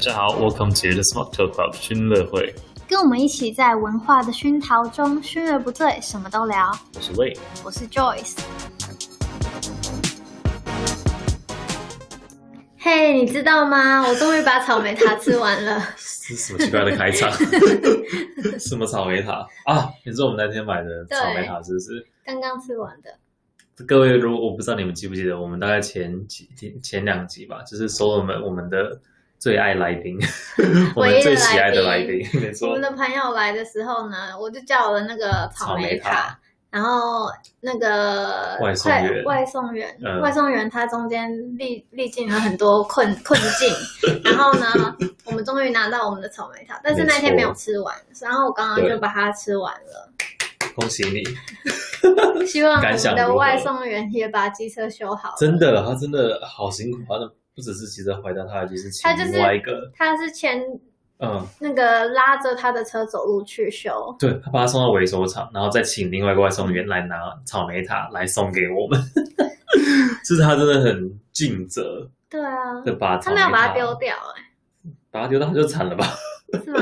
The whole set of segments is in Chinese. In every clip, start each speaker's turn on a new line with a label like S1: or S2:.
S1: 家好，Welcome to the Smart Talk Club 熏乐会，
S2: 跟我们一起在文化的熏陶中，熏而不醉，什么都聊。
S1: 我是魏。
S2: 我是 Joyce。嘿、你知道吗？我终于把草莓塔吃完了。
S1: 这是什么奇怪的开场？什么草莓塔啊？你说我们那天买的草莓塔是不是？
S2: 刚刚吃完的。
S1: 各位，如果我不知道你们记不记得，我们大概前几天前两集吧，就是说我们我们的最爱来 宾，我们最喜爱的来宾，没
S2: 我
S1: 错
S2: 们，的朋友来的时候呢，我就叫了那个草
S1: 草
S2: 莓
S1: 莓塔
S2: 塔，然后那个
S1: 外送员
S2: 快外送员，
S1: 嗯
S2: 外送员他中间历历尽了很多困困 境，然后呢，我们终于拿到我们的草莓塔，但是那天没有吃完，然后我刚刚
S1: 对
S2: 就把它吃完了，
S1: 恭喜你！
S2: 希望我
S1: 感想
S2: 们
S1: 如
S2: 的
S1: 何
S2: 外送员也把机车修好了。
S1: 真的，他真的好辛苦，他的不只是骑着回到他，就是骑
S2: 他就是
S1: 另外一个，
S2: 他是前
S1: 嗯，
S2: 那个拉着他的车走路去修，
S1: 对他把他送到维修厂，然后再请另外一个外送员来拿草莓塔来送给我们， 就是他真的很尽责
S2: 对啊，
S1: 的把
S2: 他
S1: 草莓
S2: 没
S1: 塔
S2: 有把它丢掉、欸，
S1: 把它丢掉就惨了吧？
S2: 哎，是吗？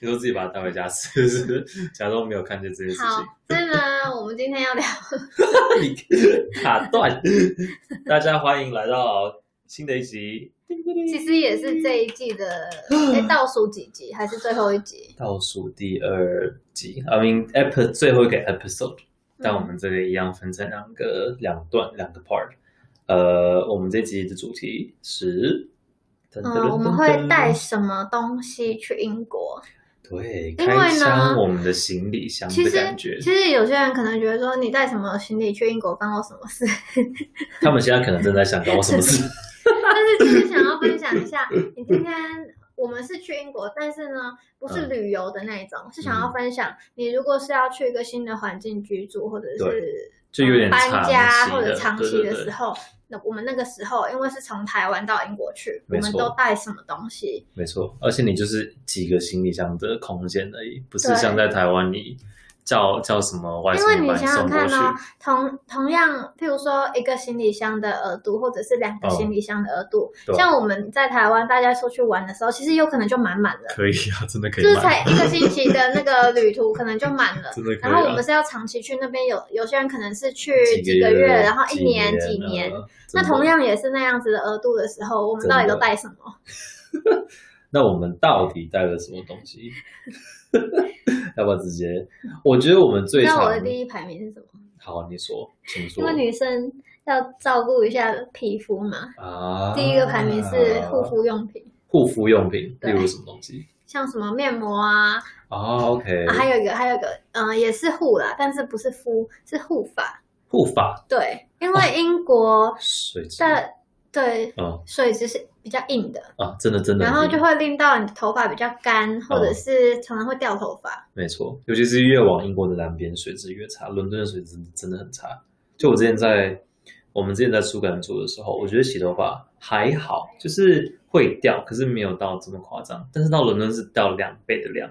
S1: 你说自己把它带回家吃，是不是？ 假装没有看见这件事
S2: 好
S1: 情，，
S2: 所以呢，我们今天要聊，
S1: 你卡断。 大家欢迎来到新的一集，
S2: 其实也是这一季的诶倒数几集，还是最后一集？
S1: 倒数第二集，I
S2: 嗯
S1: mean ep 最后一个 episode。但我们这个一样分成两个两段两个 part。呃，我们这集的主题是，噔
S2: 嗯，
S1: 噔噔
S2: 嗯，我们
S1: 噔
S2: 会
S1: 噔
S2: 带什么东西去英国？
S1: 对
S2: 因为呢
S1: 开箱我们的行李箱
S2: 其
S1: 的
S2: 实
S1: 感觉。
S2: 其实有些人可能觉得说，你带什么行李去英国关我什么事？
S1: 他们现在可能正在想搞什么事，
S2: 但是就是想要分享 一下，你今天我们是去英国，但是呢，不是
S1: 嗯
S2: 旅游的那一种，是想要分享你如果是要去一个新的环境居住，或者是嗯
S1: 就有点
S2: 搬
S1: 长
S2: 家
S1: 期
S2: 或者
S1: 的
S2: 长
S1: 对
S2: 期
S1: 对
S2: 的
S1: 对
S2: 时候，那我们那个时候因为是从台湾到英国去，我
S1: 没
S2: 们
S1: 错
S2: 都带什么东西？
S1: 没错，而且你就是几个行李箱的空间而已，不是
S2: 对
S1: 像在台湾你叫叫什么外
S2: 因
S1: 送
S2: 为你
S1: 把
S2: 想
S1: 送
S2: 想
S1: 过
S2: 看
S1: 去，
S2: 哦，同同样，譬如说一个行李箱的额度，或者是两个
S1: 嗯
S2: 行李箱的额度，
S1: 对啊
S2: 像我们在台湾大家出去玩的时候，其实有可能就满满的。
S1: 可以啊，真的可以
S2: 就是
S1: 买
S2: 才一个星期的那个旅途，可能就 满了。
S1: 真的可以、啊。
S2: 然后我们是要长期去那边，有有些人可能是去
S1: 几
S2: 几个
S1: 月，
S2: 月，然后一年
S1: 几
S2: 几年。
S1: 呃
S2: 那
S1: 真的
S2: 同样也是那样子的额度的时候，我们
S1: 真的
S2: 到底都带什么？
S1: 那我们到底带了什么东西？要不要直接？我觉得我们
S2: 你
S1: 最
S2: 知道
S1: 常
S2: 我的第一排名是什么？
S1: 好，你说，请
S2: 因
S1: 说
S2: 为女生要照顾一下皮肤嘛。
S1: 啊。
S2: 第一个排名是护肤用品，
S1: 护肤用品，例
S2: 对
S1: 如什么东西
S2: 像什么面膜啊，
S1: 啊？OK，
S2: 啊还有一个还有一个，嗯、也是护啦，但是不是敷，是护发。
S1: 护发
S2: 对，因
S1: 哦
S2: 为英国
S1: 水质，
S2: 的、对
S1: 嗯
S2: 水质是比较硬的。
S1: 啊，真的真的
S2: 然
S1: 很硬，
S2: 后就会令到你的头发比较干，或
S1: 哦
S2: 者是常常会掉头发。
S1: 没错，尤其是越往英国的南边，水质越差。伦敦的水质真的很差。就我之前在我们之前在苏格兰住的时候，我觉得洗头发还好，就是会掉，可是没有到这么夸张。但是到伦敦是掉两倍的量，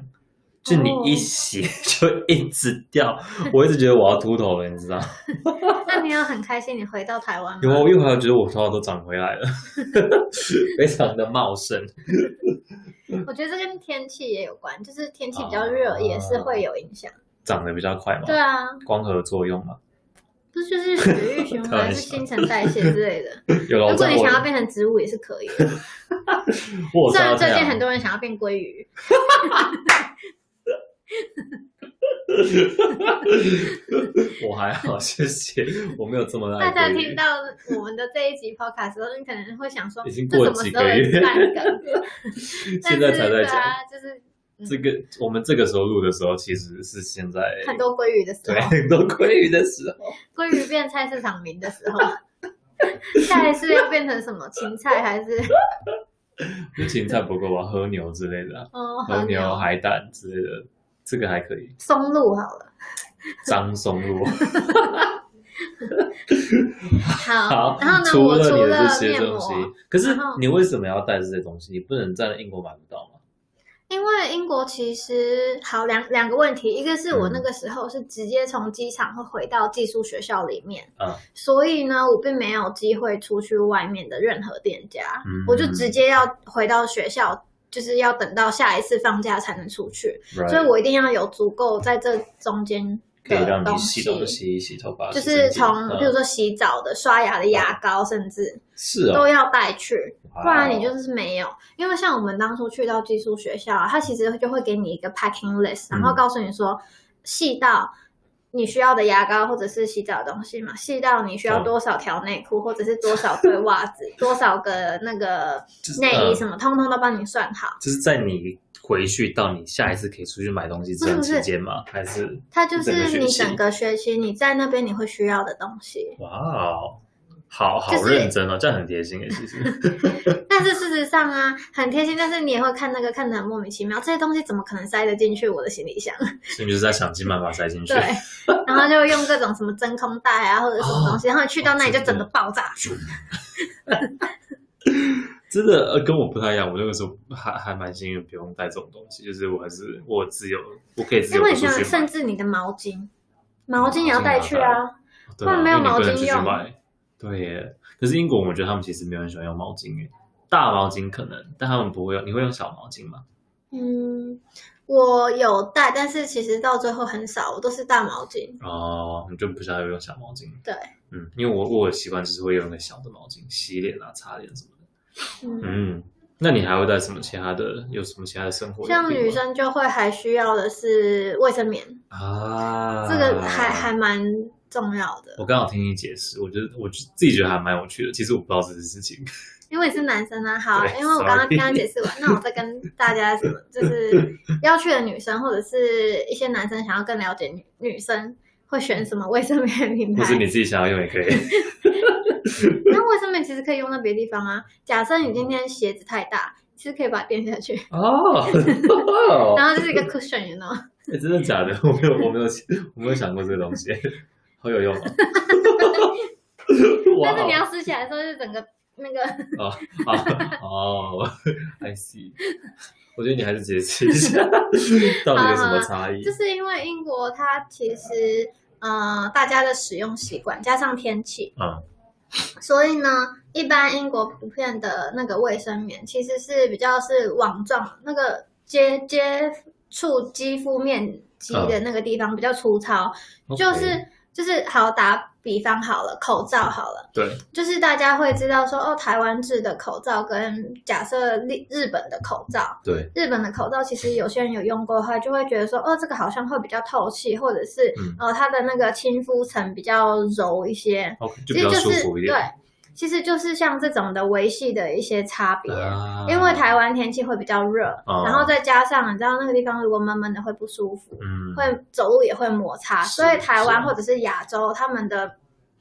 S1: 就你
S2: 哦
S1: 一洗 就一直掉。我一直觉得我要秃头了，你知道吗？
S2: 那你有很开心你回到台湾吗？
S1: 因为我一会儿觉得我头发都长回来了， 非常的茂盛。
S2: 我觉得这跟天气也有关，就是天气比较热
S1: 啊
S2: 也是会有影响。
S1: 长得比较快嘛，
S2: 对啊，
S1: 光合作用嘛。
S2: 不是就 是血液循
S1: 开玩
S2: 环、
S1: 笑
S2: 是新陈代谢之类的。
S1: 有了，我
S2: 如果
S1: 知
S2: 你
S1: 道我
S2: 想要变成植物也是可以的，
S1: 我知
S2: 虽
S1: 道
S2: 然最
S1: 这
S2: 近
S1: 样
S2: 很多人想要变鲑鱼，
S1: 我还好，谢谢，我没有这么爱
S2: 大家
S1: 鲑鱼
S2: 听到我们的这一集 podcast 的时候，你可能会想说，
S1: 已
S2: 这
S1: 经
S2: 什
S1: 过
S2: 么
S1: 几
S2: 时
S1: 个
S2: 候
S1: 月
S2: 有烂梗？
S1: 现在才在
S2: 但是对
S1: 讲
S2: 啊，就是
S1: 这个，我们这个时候录的时候，其实是现在
S2: 很多鲑鱼的时候
S1: 对。很多鲑鱼的时候，
S2: 鲑鱼变菜市场名的时候，啊下一次要变成什么？芹菜还是
S1: 就芹菜不够啊，和牛之类的啊、
S2: 哦
S1: 和
S2: 和
S1: 牛、海胆之类的，这个还可以。
S2: 松露好了。
S1: 张松
S2: 哦
S1: 露，
S2: 好
S1: 好，，
S2: 然后呢？
S1: 除
S2: 我除
S1: 你的这
S2: 了
S1: 些
S2: 面
S1: 东西
S2: 膜，，
S1: 可是
S2: 然后
S1: 你为什么要带这些东西？你不能在英国买不到吗？
S2: 因为英国其实好两两个问题，一个
S1: 嗯
S2: 是我那个时候是直接从机场会回到寄宿学校里面，
S1: 嗯
S2: 所以呢，我并没有机会出去外面的任何店家，
S1: 嗯
S2: 我就直接要回到学校，就是要等到下一次放假才能出去，
S1: ，right,
S2: 所以我一定要有足够在这中间
S1: 可以让你
S2: 的东
S1: 洗
S2: 西，
S1: 东西、洗头发，
S2: 就
S1: 洗身
S2: 是
S1: 体
S2: 从
S1: 嗯
S2: 比如说洗澡的、刷牙的牙膏，甚至
S1: 是
S2: 都
S1: 哦，
S2: 要带去。
S1: 哇
S2: 不然你就是没有，因为像我们当初去到寄宿学校啊，它其实就会给你一个 packing list，然后告诉你说，细到你需要的牙膏或者是洗澡的东西嘛，细到你需要
S1: 嗯
S2: 多少条内裤或者是多少对袜子，多少个那个
S1: 就是
S2: 内衣
S1: 嗯
S2: 什么，通通都帮你算好。
S1: 就是在你回去到你下一次可以出去买东西这段期间吗？还是
S2: 它就是你
S1: 整
S2: 整个学期你在那边你会需要的东西，
S1: 哇哦，好好
S2: 就是
S1: 认真哦，这样很贴心诶，其 实
S2: 但是事实上啊，很贴心，但是你也会看那个看得很莫名其妙，这些东西怎么可能塞得进去我的行李箱？
S1: 所以你就是在想尽办法塞进去
S2: 对。，然后就用各种什么真空袋啊，或者什么东西，然后你去到那里就整个爆炸。
S1: 真的呃跟我不太一样，我那个时候还还蛮幸运，不用带这种东西，就是我还是我自由，我可以自
S2: 因
S1: 由
S2: 为
S1: 地
S2: 你
S1: 出
S2: 像
S1: 去
S2: 甚
S1: 买。
S2: 至你的毛巾，毛巾也要带去啊。
S1: 对啊，
S2: 那没有
S1: 因为你不能
S2: 毛巾
S1: 出去
S2: 用
S1: 买。对耶，可是英国我觉得他们其实没有很喜欢用毛巾耶，大毛巾可能，但他们不会用。你会用小毛巾吗？
S2: 嗯，我有带，但是其实到最后很少，我都是大毛巾。
S1: 哦，你就不想要用小毛巾？
S2: 对，
S1: 嗯，因为我我的习惯就是会用一个小的毛巾洗脸啊、擦脸什么的。
S2: 嗯，
S1: 嗯，那你还会带什么其他的？有什么其他的生活用
S2: 像
S1: 品吗
S2: 女生就会还需要的是卫生棉，
S1: 啊，
S2: 这个还还蛮重要的，
S1: 我刚好听你解释，我觉得我就自己觉得还蛮有趣的。其实我不知道这件事 情，
S2: 因为是男生啊。好，
S1: 对
S2: 因为我刚刚
S1: sorry
S2: 刚刚解释完， 那我再跟大家什么，就是要去的女生或者是一些男生想要更了解女女生会选什么卫生棉的品
S1: 或
S2: 牌
S1: 是。你自己想要用也 可以。
S2: 那卫生棉其实可以用到别的地方啊。假设你今天鞋子太大，其实可以把它垫下去，
S1: 哦，
S2: 然后就是一个 cushion，you know。
S1: 欸真的假的？我没有，我没有，我没有想过这个东西， 好有用啊！哇
S2: 但是你要撕起来的时候，就是整个那个，
S1: 哦 哦 哦，I see。我觉得你还是解释一 下，到底有什么差异
S2: 就？是因为英国它其实呃大家的使用习惯加上天气，
S1: 嗯，
S2: 所以呢，一般英国普遍的那个卫生棉其实是比较是网状那个接接触肌肤面积的那个地方比较粗糙，就
S1: 嗯 OK，
S2: 是就是好打比方好了，口罩好了。
S1: 对，
S2: 就是大家会知道说，哦，台湾制的口罩跟假设日日本的口罩，
S1: 对，
S2: 日本的口罩其实有些人有用过的话，就会觉得说，哦，这个好像会比较透气，或者是、
S1: 嗯
S2: 呃它的那个亲肤层比较柔一些，
S1: OK，就
S2: 其
S1: 比
S2: 实
S1: 较
S2: 就
S1: 舒
S2: 是
S1: 服一
S2: 对
S1: 点。，
S2: 其实就是像这种的维系的一些差别。
S1: 啊
S2: 因为台湾天气会比较热，
S1: 哦
S2: 然后再加上你知道那个地方如果闷闷的会不舒服，
S1: 嗯，
S2: 会走路也会摩擦，
S1: 是
S2: 所以台湾
S1: 是
S2: 或者是亚洲他们的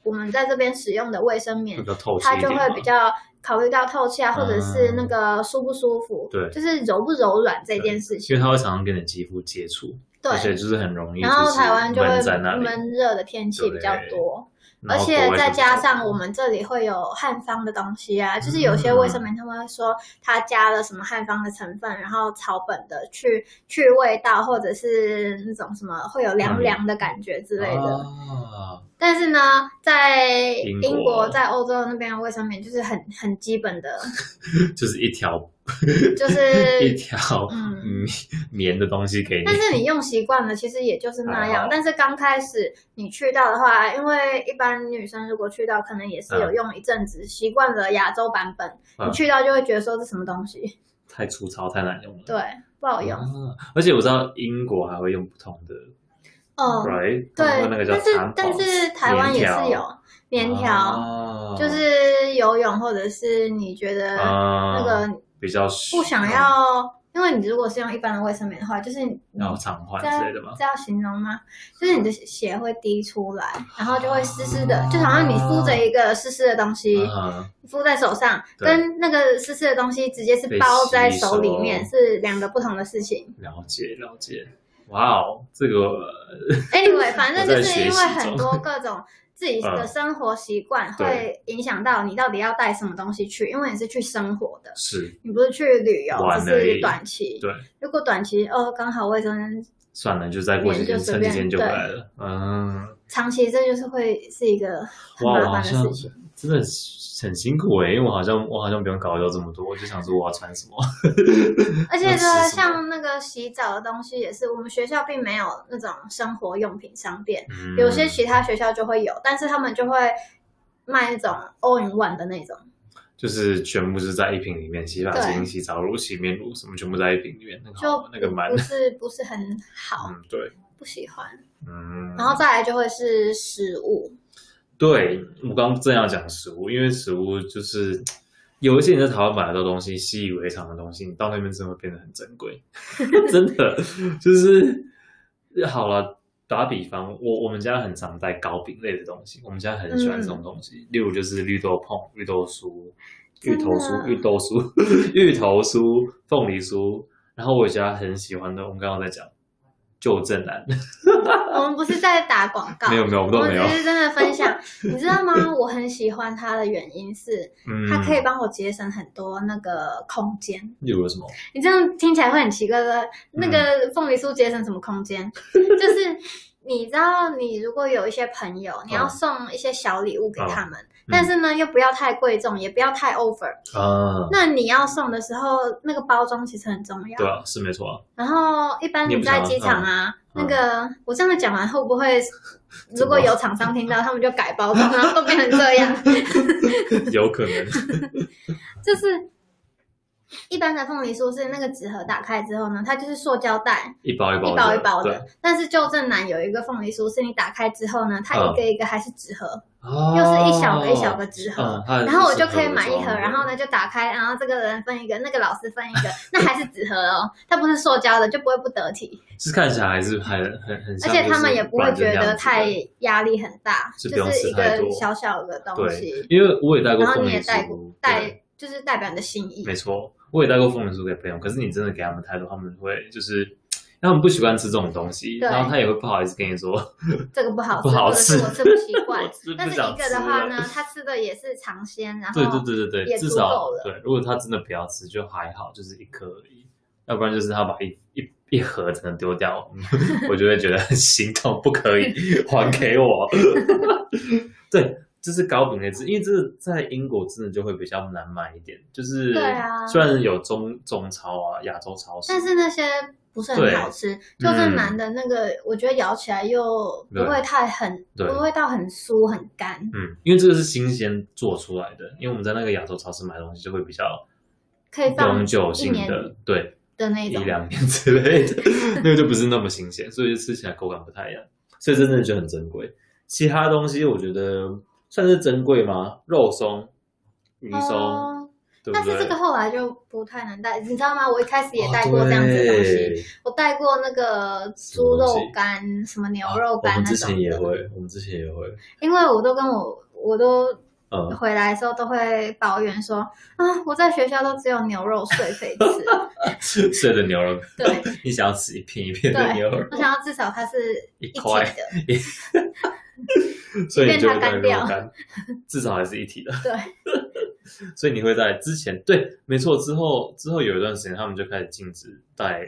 S2: 我们在这边使用的卫生棉
S1: 会比较透气
S2: 它
S1: 一
S2: 就
S1: 点嘛，
S2: 会比较考虑到透气啊，
S1: 嗯
S2: 或者是那个舒不舒服，
S1: 对
S2: 就是柔不柔软这件事
S1: 因
S2: 情，
S1: 为它会常常跟你肌肤接触，而且
S2: 对。
S1: 就是很容易，
S2: 然后台湾就会
S1: 在那里，
S2: 闷热的天气比较多，而
S1: 然后
S2: 且
S1: 国外
S2: 再
S1: 就比
S2: 加
S1: 较
S2: 上
S1: 冷
S2: 我们这里会有汉方的东西
S1: 嗯
S2: 啊，就是有些卫生棉他们会说它加了什么汉方的成分，然后草本的去去味道，或者是那种什么会有凉
S1: 嗯
S2: 凉的感觉之类的。
S1: 啊，
S2: 但是呢，在
S1: 英
S2: 英
S1: 国
S2: 国在欧洲那边的卫生棉就是很很基本 的，
S1: 就是一条
S2: 就
S1: 一
S2: 是
S1: 条
S2: 嗯。
S1: 嗯 棉的东西给你
S2: 但，是你用习惯了，其实也就是那
S1: 还好
S2: 样。但是刚开始你去到的话，因为一般女生如果去到，可能也是有用一阵子，习惯了亚洲版本，
S1: 嗯
S2: 你去到就会觉得说这什么东西，
S1: 太粗糙太难用了，
S2: 对，不好用。
S1: 啊。而且我知道英国还会用不同的
S2: 哦，
S1: ，right？
S2: 对
S1: 他们那个，叫
S2: 但是
S1: tampons，
S2: 但是台湾也是有棉条，
S1: 啊
S2: 就是游泳或者是你觉得
S1: 啊
S2: 那个
S1: 比较
S2: 不
S1: 嗯
S2: 想要，因为你如果是用一般的卫生棉的话，就是你
S1: 然后常换
S2: 这
S1: 之
S2: 样
S1: 类的吗？
S2: 这要形容吗？就是你的血会滴出来，然后就会湿湿的
S1: 啊，
S2: 就好像你敷着一个湿湿的东西，
S1: 啊，
S2: 敷在手上，
S1: 对
S2: 跟那个湿湿的东西直接是包在手里面，
S1: 被吸
S2: 是两个不同的事情。
S1: 了解了解，哇哦，这个
S2: anyway，反正就是因为很多各种。自己的
S1: 嗯
S2: 生活习惯会
S1: 对
S2: 影响到你到底要带什么东西去，因为你是去生活的，
S1: 是
S2: 你不是去旅游，
S1: 玩
S2: 只
S1: 而已
S2: 是短期。
S1: 对，
S2: 如果短期哦，刚好卫生，
S1: 算了，就再过几天，
S2: 免就随
S1: 趁
S2: 便
S1: 几天就回来了。嗯，
S2: 长期这就是会是一个很
S1: 哇，我
S2: 麻
S1: 好
S2: 烦
S1: 像
S2: 的事情。
S1: 真的很辛苦欸诶、因为我好像我好像不用搞到这么多，我就想说我要穿 什么。
S2: 而且
S1: 那吃什么
S2: 呢，像那个洗澡的东西也是，我们学校并没有那种生活用品商店，
S1: 嗯
S2: 有些其他学校就会有，但是他们就会卖那种 all in one 的那种。
S1: 就是全部是在一瓶里面，洗发精、
S2: 对
S1: 洗澡乳、洗面乳什么全部在一瓶里面，那个
S2: 就
S1: 好哦那个蛮
S2: 不是不是很好，
S1: 嗯对
S2: 不喜欢。
S1: 嗯，
S2: 然后再来就会是食物，
S1: 对我刚刚正要讲食物，因为食物就是有一些你在台湾买得到东西，习以为常的东西，你到那边真的会变得很珍贵， 真的就是 好了。打比方，我我们家很常带糕饼类的东西，我们家很喜欢这种东西，
S2: 嗯
S1: 例如就是绿豆椪、绿豆酥、芋
S2: 真的
S1: 头酥、芋豆酥、 芋头酥、凤梨酥。然后我家很喜欢的，我们刚刚在讲旧正南，
S2: 我们不是在打广告，
S1: 没有没有，我们
S2: 我
S1: 都
S2: 们
S1: 没有
S2: 只，啊哦是真的分 享。你知道吗？我很喜欢它的原因是，
S1: 嗯，
S2: 它可以帮我节省很多那个空间。
S1: 例如什么？
S2: 你这样听起来会很奇怪的。那个
S1: 嗯
S2: 凤梨酥节省什么空 间？就是你知道，你如果有一些朋友，你要
S1: 嗯
S2: 送一些小礼物给他们，
S1: 嗯
S2: 但是呢，又不要太贵重，也不要太 over。
S1: 啊，
S2: 那你要送的时候，那个包装其实很重要。
S1: 对啊，是没错啊。
S2: 然后一般
S1: 你也
S2: 你
S1: 不
S2: 在
S1: 想
S2: 机场啊，
S1: 嗯
S2: 那个我这样讲完会不 会，
S1: 么
S2: 如果有厂商听到，他们就改包装，然后都变成这 样？
S1: 有可 能，
S2: 就是一般的凤梨酥是那个纸盒打开之后呢，它就是塑胶袋
S1: 一包一包
S2: 一
S1: 的，
S2: 包一包
S1: 对啊
S2: 的。但是旧正南有一个凤梨酥，是你打开之后呢，它
S1: 嗯
S2: 一个一个还是纸盒，
S1: 哦
S2: 又是一小个一小个纸盒。
S1: 嗯它嗯是
S2: 然后我就可以买一
S1: 纸
S2: 盒，
S1: 的
S2: 然后呢就打开，然后这个人分一个，那个老师分一个， 那还是纸盒哦，它不是塑胶的，就不会不得体。
S1: 是看起来还是还很很
S2: 而
S1: 像，
S2: 且他们
S1: 就是
S2: 也不会觉得
S1: brand
S2: 太
S1: 那样子
S2: 压力很大，
S1: 是
S2: 就
S1: 不用
S2: 是
S1: 吃
S2: 一
S1: 太多
S2: 个小小的东
S1: 的对
S2: 西，，
S1: 因为我也带过
S2: 然后
S1: 凤
S2: 你
S1: 梨
S2: 也带
S1: 酥，对，
S2: 带就是代表你的心意
S1: 没。错，我也带过凤梨酥给朋友，可是你真的给他们太多，他们会就是。他们不习惯吃这种东西，
S2: 对
S1: 然后他也会不好意思跟你说，
S2: 这个不好
S1: 不
S2: 吃，
S1: 好
S2: 或者是
S1: 吃
S2: 我吃不习惯
S1: 我。吃
S2: 但
S1: 不
S2: 是一
S1: 想
S2: 个
S1: 吃
S2: 的话呢
S1: 了。，
S2: 他吃的也是尝鲜，然后
S1: 对对对对对，
S2: 也
S1: 至
S2: 足
S1: 少
S2: 够了
S1: 对，如果他真的不要吃就还好，就是一颗而已，要不然就是他把一一一盒真的丢掉，嗯 我就会觉得很心痛，不可 以还给我。 对，就是糕饼那只，因为这个在英国真的就会比较难买一点，就是
S2: 对啊
S1: 虽然有中中超啊、亚洲超市，
S2: 但是那些不是很
S1: 对嗯
S2: 好吃，就是男的那个，我觉得咬起来又不
S1: 对
S2: 会太很，
S1: 对
S2: 不会到很酥很干。
S1: 嗯，因为这个是新鲜做出来的，因为我们在那个亚洲超市买东西就会比较
S2: 可以放
S1: 永久性
S2: 一
S1: 的
S2: 年，
S1: 对，
S2: 的那
S1: 一
S2: 种，
S1: 两年之类的， 那个就不是那么新鲜，所以就吃起来口感不太一样，所以真的就很珍贵。其他东西我觉得算是珍贵吗？肉松、鱼松，
S2: 哦，
S1: 对
S2: 但
S1: 不对？
S2: 是这个后来就不太能带，你知道吗？我一开始也
S1: 哦
S2: 带过这样子的东西，
S1: 对
S2: 我带过那个猪肉干、什么牛肉
S1: 啊我
S2: 干
S1: 们
S2: 那
S1: 之
S2: 种
S1: 前也
S2: 的，
S1: 会，我们之前也会，
S2: 因为我都跟我我都
S1: 嗯，
S2: 回来的时候都会抱怨说啊，我在学校都只有牛肉碎可以吃，
S1: 碎的牛肉，
S2: 对，
S1: 你想要吃一片一片的
S2: 对
S1: 牛肉，
S2: 我想要至少它是
S1: 一
S2: 一体
S1: 块，
S2: 的，
S1: 所以你就
S2: 即
S1: 会
S2: 便它
S1: 带
S2: 干
S1: 肉
S2: 掉
S1: 干，至少还是一体的。
S2: 对，
S1: 所以你会在之前对，没错，之后之后有一段时间，他们就开始禁止带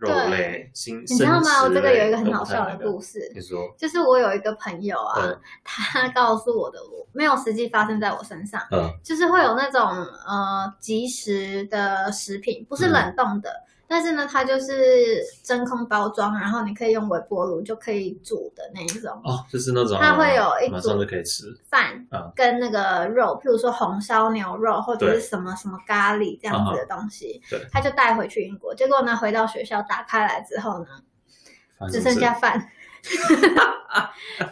S1: 肉类、新
S2: 你知道吗？我这个有一个很好笑的
S1: 的
S2: 故
S1: 事，
S2: 事
S1: 你。说，
S2: 就是我有一个朋友啊
S1: 嗯，
S2: 他告诉我的，我没有实际发生在我身上，
S1: 嗯
S2: 就是会有那种呃即食的食品，不是冷冻的，
S1: 嗯
S2: 但是呢，它就是真空包装，然后你可以用微波炉就可以煮的那一种啊
S1: 哦，就是那种啊
S2: 它会有一
S1: 马上
S2: 组
S1: 哦就可以吃，
S2: 饭
S1: 嗯
S2: 跟那个肉，譬如说红烧牛肉或者
S1: 对啊
S2: 是什么什么咖喱这样子的东西
S1: 对，
S2: 他就带回去英国，结果呢，回到学校打开来之后呢，
S1: 反
S2: 只
S1: 正
S2: 剩
S1: 是
S2: 下饭。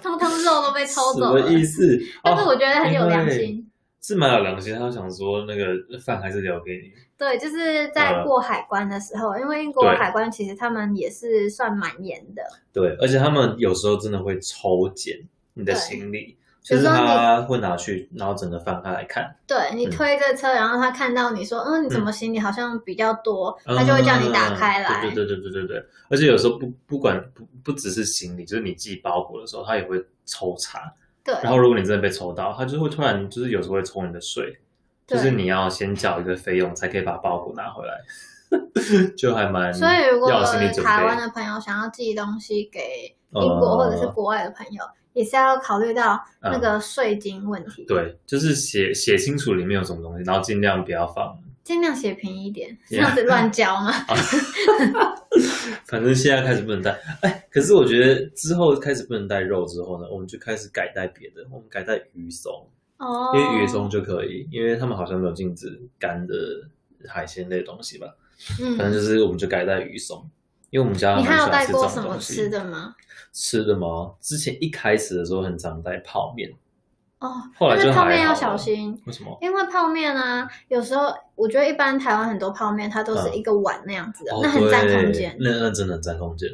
S2: 通通肉都被抽
S1: 什
S2: 走了
S1: 么，意思？
S2: 但是
S1: 哦
S2: 我觉得很有良
S1: 因为
S2: 心。
S1: 是蛮有良心，他想说那个饭还是留给你，
S2: 对，就是在
S1: 呃
S2: 过海关的时候，因为英国
S1: 对
S2: 海关其实他们也是算蛮严的，
S1: 对，而且他们有时候真的会抽检你的
S2: 对
S1: 行李，就
S2: 有
S1: 是
S2: 时候你
S1: 他会拿去，然后整个翻开来看，
S2: 对你
S1: 嗯
S2: 推着车，然后他看到你说，嗯，你怎么行李好像比较多，他就会叫你打开来。
S1: 嗯嗯对对对对对对，而且有时候不不管不不只是行李，就是你寄包裹的时候，他也会抽查，
S2: 对，
S1: 然后如果你真的被抽到，它就是会突然就是有时候会抽你的税，就
S2: 对
S1: 是你要先缴一个费用才可以把包裹拿回来， 就还蛮
S2: 所以，如果
S1: 要有心理准备
S2: 台湾的朋友想要寄东西给英国或者是
S1: 呃
S2: 国外的朋友，也是要考虑到那
S1: 嗯
S2: 个税金问题，，
S1: 对，就是写写清楚里面有什么东西，然后尽量不要放。
S2: 尽量写便宜一点，这
S1: Yeah
S2: 样子乱交嘛。
S1: 反正现在开始不能带，哎，可是我觉得之后开始不能带肉之后呢，我们就开始改带别的，我们改带鱼松，
S2: 哦，
S1: 因为鱼松就可以，因为他们好像没有禁止干的海鲜类的东西吧，
S2: 嗯，
S1: 反正就是我们就改带鱼松，因为我们家蛮
S2: 你
S1: 喜
S2: 还有
S1: 欢
S2: 带
S1: 吃这种
S2: 过
S1: 东西。
S2: 什么吃的吗？
S1: 吃的吗？之前一开始的时候很常带泡面，
S2: 哦，
S1: 后来
S2: 那
S1: 就
S2: 个泡
S1: 还
S2: 面要
S1: 好
S2: 小
S1: 了
S2: 心，
S1: 为什么？
S2: 因为泡面啊，有时候我觉得一般台湾很多泡面它都是
S1: 嗯
S2: 一个碗那样子的，
S1: 哦，
S2: 那很占
S1: 对
S2: 空间。
S1: 那那真的很占空间。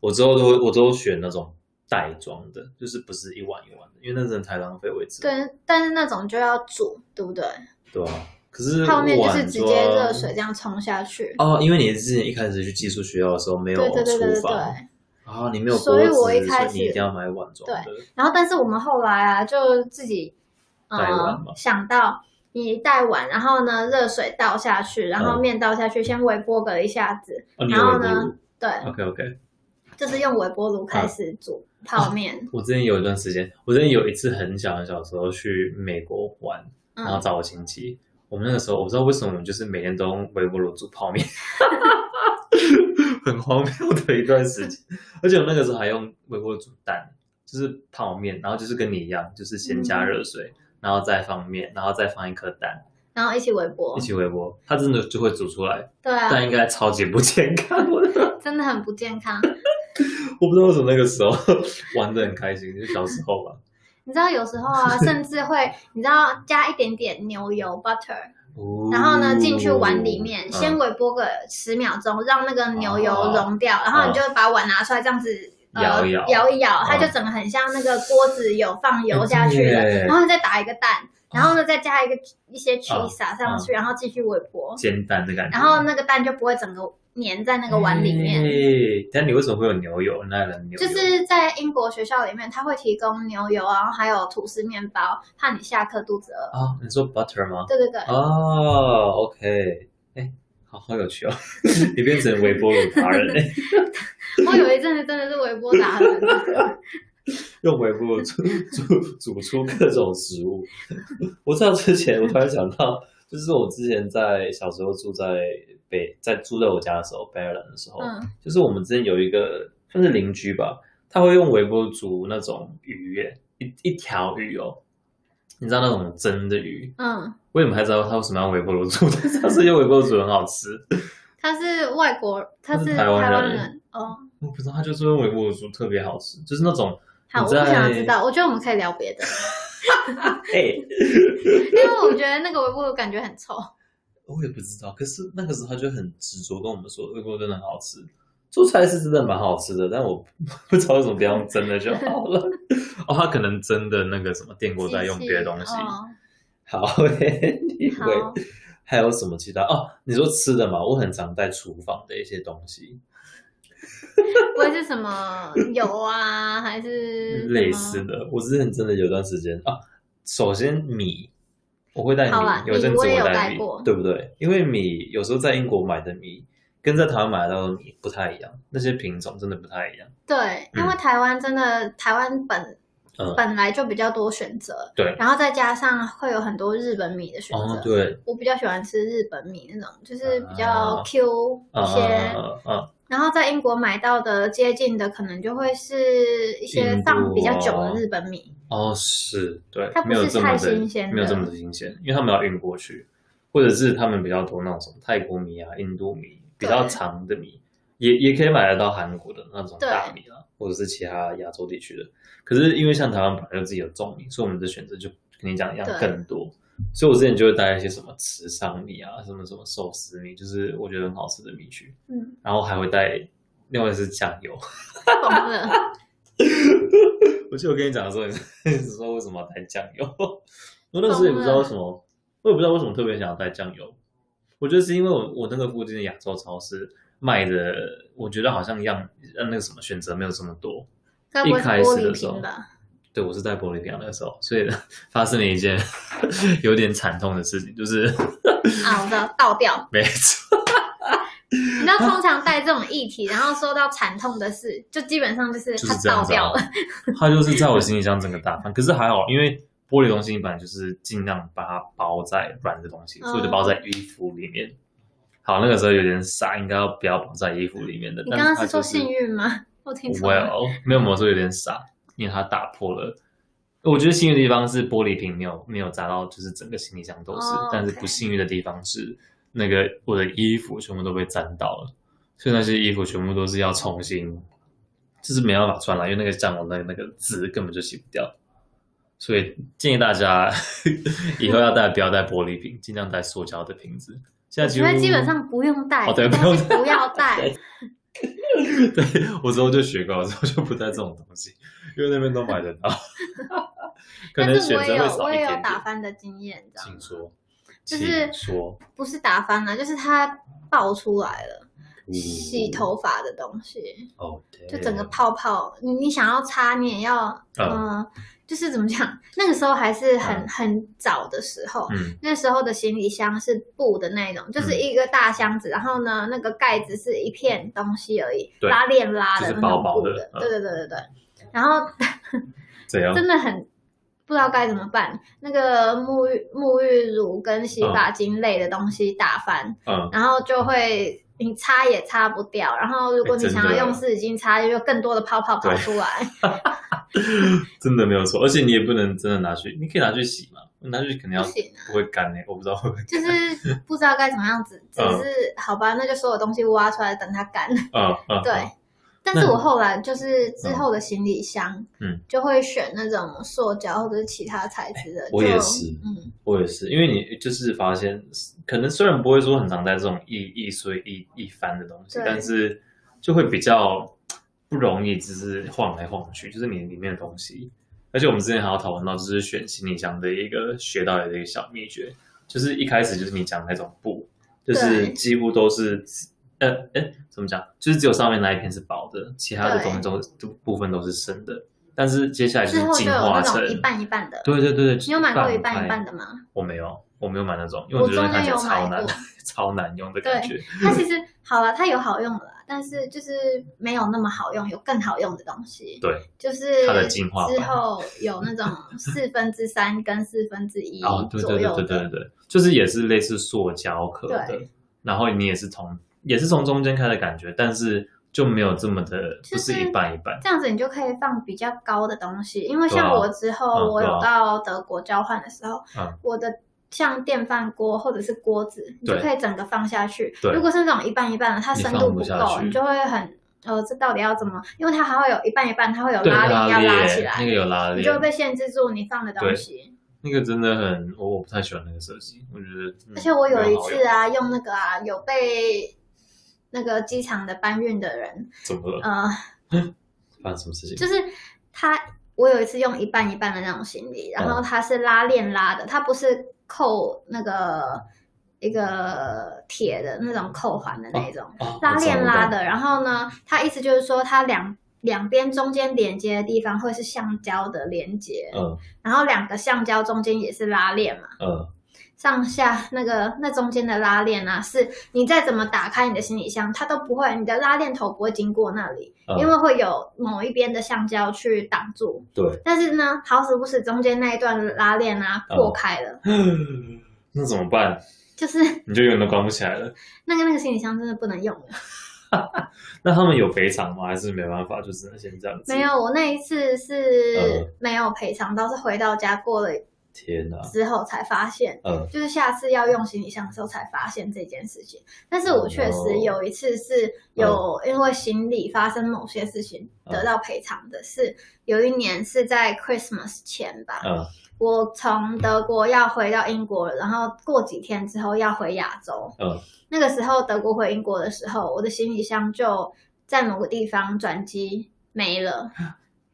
S1: 我之后都会，我都选那种袋装的，就是不是一碗一碗的，因为那真的太浪费位置。
S2: 对，但是那种就要煮，对不对？
S1: 对啊，可是
S2: 泡面就是
S1: 碗
S2: 直接
S1: 装
S2: 热水这样冲下去。
S1: 哦，因为你之前一开始去寄宿学校的时候没有
S2: 对对对对
S1: 厨
S2: 对对。
S1: 房啊，你没有锅子，
S2: 所以我一开始
S1: 所以你一定要买碗装的。
S2: 然后，但是我们后来啊，就自己
S1: 带
S2: 呃
S1: 碗嘛
S2: 想到你带碗，然后呢热水倒下去，然后
S1: 嗯
S2: 面倒下去，先微波个一下子，
S1: 哦，你有
S2: 然后
S1: 微
S2: 呢
S1: 波炉
S2: 对，
S1: ？OK OK，
S2: 就是用微波炉开始煮泡面。
S1: 我之前有一段时间，我之前有一次很小很小的时候去美国玩，
S2: 嗯
S1: 然后找我亲戚。我们那个时候我不知道为什么，我们就是每天都用微波炉煮泡面， 很荒谬的一段时间。而且我那个时候还用微波炉煮蛋，就是泡面，然后就是跟你一样，就是先加热水，
S2: 嗯
S1: 然后再放面，然后再放一颗蛋，
S2: 然后一起微波
S1: 一，起微波，它真的就会煮出来。
S2: 对啊，
S1: 但应该超级不健康，我
S2: 真的很不健康。
S1: 我不知道为什么那个时候玩的很开心，就小时候吧。
S2: 你知道有时候 啊，甚至会你知道加一点点牛油 butter，
S1: 哦
S2: 然后呢进去碗里面，
S1: 嗯哦
S2: 先微波个十秒钟，让那个牛油溶掉，然后你就把碗拿出来这样子。呃
S1: 摇一摇
S2: 摇一摇，它
S1: 嗯
S2: 就整个很像那个锅子有放油下去的，
S1: 哎对耶
S2: 然后再打一个蛋，
S1: 哦
S2: 然后呢再加一个一些 cheese 撒上去，然后继续微波，
S1: 煎蛋的感觉。
S2: 然后那个蛋就不会整个粘在那
S1: 那
S2: 个碗里
S1: 嗯
S2: 面。
S1: 哎但你为什么会有牛油？那人牛油
S2: 就是在英国学校里面，它会提供牛油啊，然后还有吐司面包，怕你下课肚子饿。
S1: 啊、你说 butter 吗？
S2: 对对对，
S1: 哦，OK，哎，好好有趣哦， 你变成微波炉达人 嘞，
S2: 我有一阵子真的是微波达人，
S1: 用微波炉煮煮煮出各种食物。我知道之前我突然想到，就是我之前在小时候住在北，在住在我家的时候，北爱尔兰的时候，
S2: 嗯，
S1: 就是我们之前有一个算是邻居吧，他会用微波煮那种鱼耶，一一条鱼哦，你知道那种蒸的鱼，
S2: 嗯，
S1: 我也不太知道他为什么要微波炉煮， 但是他是用微波炉煮很好吃，
S2: 他是外国，他
S1: 他是
S2: 是台
S1: 台湾人
S2: 湾人哦。
S1: 我不知道他就是用微波炉煮特别好吃，就是那种
S2: 好，我
S1: 你
S2: 不
S1: 在
S2: 想知道，我觉得我们可以聊别的，
S1: 哎、
S2: 因为我觉得那个微波炉感觉很臭。
S1: 我也不知道，可是那个时候他就很执着跟我们说微波炉真的很好吃。做出来是真的蛮好吃的，但我 不知道为什么不要用蒸的就好了。 哦，他可能蒸的那个什么电锅在用别的东西。
S2: 哦
S1: 好诶，因
S2: 好
S1: 为，还有什么其他？哦，你说吃的嘛，我很常带厨房的一些东西，
S2: 不会是什么油啊，还是什么
S1: 类似？的。我之前真的有段时间啊，首先米，我会带米
S2: 好啦，
S1: 有阵子
S2: 米我也有带
S1: 带米
S2: 过，
S1: 对不对？因为米有时候在英国买的米跟在台湾买到的米不太一样，那些品种真的不太一样。
S2: 对，
S1: 嗯
S2: 因为台湾真的，台湾本
S1: 嗯
S2: 本来就比较多选择，
S1: 对
S2: 然后再加上会有很多日本米的选
S1: 哦，
S2: 择。
S1: 对，
S2: 我比较喜欢吃日本米那种，就是比较
S1: 啊
S2: Q
S1: 啊
S2: 一些，
S1: 啊啊啊！
S2: 然后在英国买到的接近的，可能就会是一些放比较久的日本米。
S1: 哦，是对
S2: 它，不
S1: 没有
S2: 是
S1: 这么
S2: 太
S1: 的
S2: 新鲜的
S1: 没有这么的新鲜，因为他们要运过去，或者是他们比较多那种什么泰国米啊、印度米比较
S2: 对
S1: 长的米，也也可以买得到韩国的那种
S2: 对
S1: 大米啊，或者是其他亚洲地区的。可是因为像台湾本来就自己有种米，所以我们的选择就跟你讲一样
S2: 对
S1: 更多。所以我之前就会带一些什么池上米啊，什么什么寿司米，就是我觉得很好吃的米去，
S2: 嗯，
S1: 然后还会带另外是酱油。
S2: 懂了。
S1: 我记得我跟你讲的时候，你是说 为什么要带酱油？我那时候也不知道为什么，我也不知道为什么特别想要带酱油。我觉得是因为我我那个附近的亚洲超市卖的，我觉得好像样呃那个什么选择没有这么多。
S2: 该不会
S1: 一
S2: 是
S1: 开
S2: 玻
S1: 始
S2: 璃
S1: 的时候
S2: 瓶吧？
S1: 对我是在玻利维亚那个时候，所以呢发生了一件 有点惨痛的事情，就是
S2: 啊，我知道倒掉。
S1: 没错，
S2: 你知道，通常带这种议题，然后说到惨痛的事，就基本上就是
S1: 就
S2: 它
S1: 是这
S2: 倒
S1: 样子、
S2: 掉
S1: 啊
S2: 了。，
S1: 它就是在我行李箱整个打翻，可是还好，因为。玻璃东西本来就是尽量把它包在软的东西，所以我
S2: 嗯
S1: 就包在衣服里面。好，那个时候有点傻，应该要不要包在衣服里面的。
S2: 你
S1: 但
S2: 刚刚
S1: 它
S2: 是说
S1: 就
S2: 幸运吗？ 我听错了。
S1: Well，没有魔术有点傻，因为它打破了。我觉得幸运的地方是玻璃瓶没有没有砸到，就是整个行李箱都是。
S2: 哦
S1: 但是
S2: OK
S1: 不幸运的地方是，那个我的衣服全部都被沾到了，所以那些衣服全部都是要重新，就是没办法穿了，因为那个帐篷的那个字根本就洗不掉。所以建议大家 以后要带不要带玻璃瓶，尽量带塑胶的瓶子。现在
S2: 我
S1: 几
S2: 觉
S1: 乎
S2: 得基本上不用带，
S1: 哦对
S2: 但
S1: 不用
S2: 是不要带
S1: 对。 对我之后就学过，我之后就不带这种东西，因为那边都买得 到。 可
S2: 但
S1: 能
S2: 是
S1: 选
S2: 我也
S1: 择会
S2: 有
S1: 少
S2: 我
S1: 一
S2: 也
S1: 点
S2: 有打
S1: 点。
S2: 翻的经验，你知道吗
S1: 请说，
S2: 就是
S1: 请说，
S2: 不是打翻了，就是它爆出来了。
S1: 嗯
S2: 洗头发的东西，
S1: 哦，对
S2: 就整个泡泡，你你想要擦，你也要，
S1: 嗯
S2: 嗯，就是怎么讲？那个时候还是很
S1: 嗯
S2: 很早的时候，
S1: 嗯
S2: 那时候的行李箱是布的那种，就是一个大箱子，然后呢，那个盖子是一片东西而已，
S1: 对
S2: 拉链拉的
S1: 就是
S2: 那
S1: 薄
S2: 种
S1: 薄
S2: 布
S1: 的
S2: 的，
S1: 嗯
S2: 对对对对对。然后
S1: 怎样？
S2: 真的很不知道该怎么办，那个沐浴沐浴乳跟洗发精类的东西打翻，
S1: 嗯，
S2: 然后就会你擦也擦不掉，然后如
S1: 哎
S2: 果你
S1: 真的
S2: 想要用湿纸巾擦，就有更多的泡泡跑
S1: 对
S2: 出 来。
S1: 真的没有错，而且你也不能真的拿去，你可以拿去洗嘛，拿去肯定
S2: 不
S1: 要
S2: 行啊，
S1: 不会干欸嘞、我不知道会不会
S2: 就是不知道该怎么样子，只
S1: 嗯
S2: 是好吧，那就所有东西挖出来等它干。
S1: 嗯嗯，
S2: 对
S1: 嗯，
S2: 但是我后来就是之后的行李箱，
S1: 嗯，
S2: 就会选那种塑胶或者是其他材质的。
S1: 哎我
S2: 就
S1: 也是
S2: 嗯，
S1: 我也是，因为你就是发现，可能虽然不会说很常带这种易易碎易易翻的东西
S2: 对，
S1: 但是就会比较不容易，只是晃来晃去，就是你里面的东西。而且我们之前还有讨论到，就是选行李箱的一个学到的一个小秘诀，就是一开始就是你讲的那种布，就是
S2: 对
S1: 几乎都是，呃，哎，怎么讲？就是只有上面那一片是薄的，其他的东西都都部分都是深的。但是接下来就
S2: 之
S1: 是
S2: 后就
S1: 进
S2: 有那
S1: 化成
S2: 种，一半一半的。
S1: 对对对对，
S2: 你有买过一
S1: 半
S2: 半
S1: 开
S2: 一半的吗？
S1: 我没有，我没有买那种，因为
S2: 我
S1: 觉得
S2: 中
S1: 看
S2: 间
S1: 起来
S2: 有
S1: 超
S2: 买
S1: 难
S2: 过，，
S1: 超难用的感觉。
S2: 它其实好了，它有好用的啦，但是就是没有那么好用，有更好用的东西。
S1: 对，
S2: 就是
S1: 它的进化版
S2: 之后有那 种四分之三跟四分之一
S1: 然后哦对对
S2: 左
S1: 对
S2: 右
S1: 对对
S2: 的，
S1: 对对，就是也是类似塑胶壳的
S2: 对，
S1: 然后你也是从也是从中间开的感觉，但是就没有这么的，
S2: 就
S1: 不
S2: 是
S1: 是一半一半。
S2: 这样子你就可以放比较高的东西。因为
S1: 对啊
S2: 像我之后
S1: 嗯
S2: 我
S1: 对啊
S2: 有到德国交换的时候
S1: 嗯，
S2: 我的像电饭锅或者是锅子，你就
S1: 对
S2: 可以整个放下去。
S1: 对
S2: 如果是那种一半一半的，它
S1: 你
S2: 深
S1: 放
S2: 度
S1: 不
S2: 不
S1: 下
S2: 够，
S1: 去
S2: 你就会很呃，这到底要怎么？因为它还会有一半一半，它会有
S1: 对，
S2: 拉链要拉起
S1: 链
S2: 来，
S1: 那个有拉
S2: 你
S1: 链
S2: 就，会被限制住你放的东西。
S1: 那个真的很，我我不太喜欢那个设计，我觉得。嗯
S2: 而且我有
S1: 没
S2: 一
S1: 好用
S2: 次啊，用那个啊，有被那个机场的搬运的人，
S1: 怎么了？
S2: 呃，
S1: 发生什么事情？
S2: 就是他，我有一次用一半一半的那种行李，然
S1: 嗯
S2: 后它是拉链拉的，它不是扣那个一个铁的那种扣环的那种，
S1: 哦
S2: 拉链拉，
S1: 我知道
S2: 的。然后呢，它意思就是说它两。两边中间连接的地方会是橡胶的连接，
S1: 我懂
S2: 然后两个橡胶中间也是拉链嘛，
S1: 嗯嗯，
S2: 上下那个那中间的拉链啊，是你再怎么打开你的行李箱，它都不会，你的拉链头不会经过那里，
S1: 嗯
S2: 因为会有某一边的橡胶去挡住。
S1: 对，
S2: 但是呢，好死不死中间那一段拉链啊
S1: 嗯
S2: 破开了，
S1: 那怎么办？
S2: 就是
S1: 你就永远都关不起来了。
S2: 那个那个行李箱真的不能 用了。
S1: 那他们有赔偿吗？还是没办法，就只能先这样子？
S2: 没有，我那一次是
S1: 嗯
S2: 没有赔偿，倒是回到家过了
S1: 天哪、
S2: 之后才发现。
S1: 嗯
S2: 就是下次要用行李箱的时候才发现这件事情。但是我确
S1: 哦
S2: 实有一次是有
S1: 嗯
S2: 因为行李发生某些事情得到赔偿的是，有一年是在 Christmas 前吧，
S1: 嗯
S2: 我从德国要回到英国，然后过几天之后要回亚洲。
S1: 嗯，
S2: 那个时候德国回英国的时候，我的行李箱就在某个地方转机没了，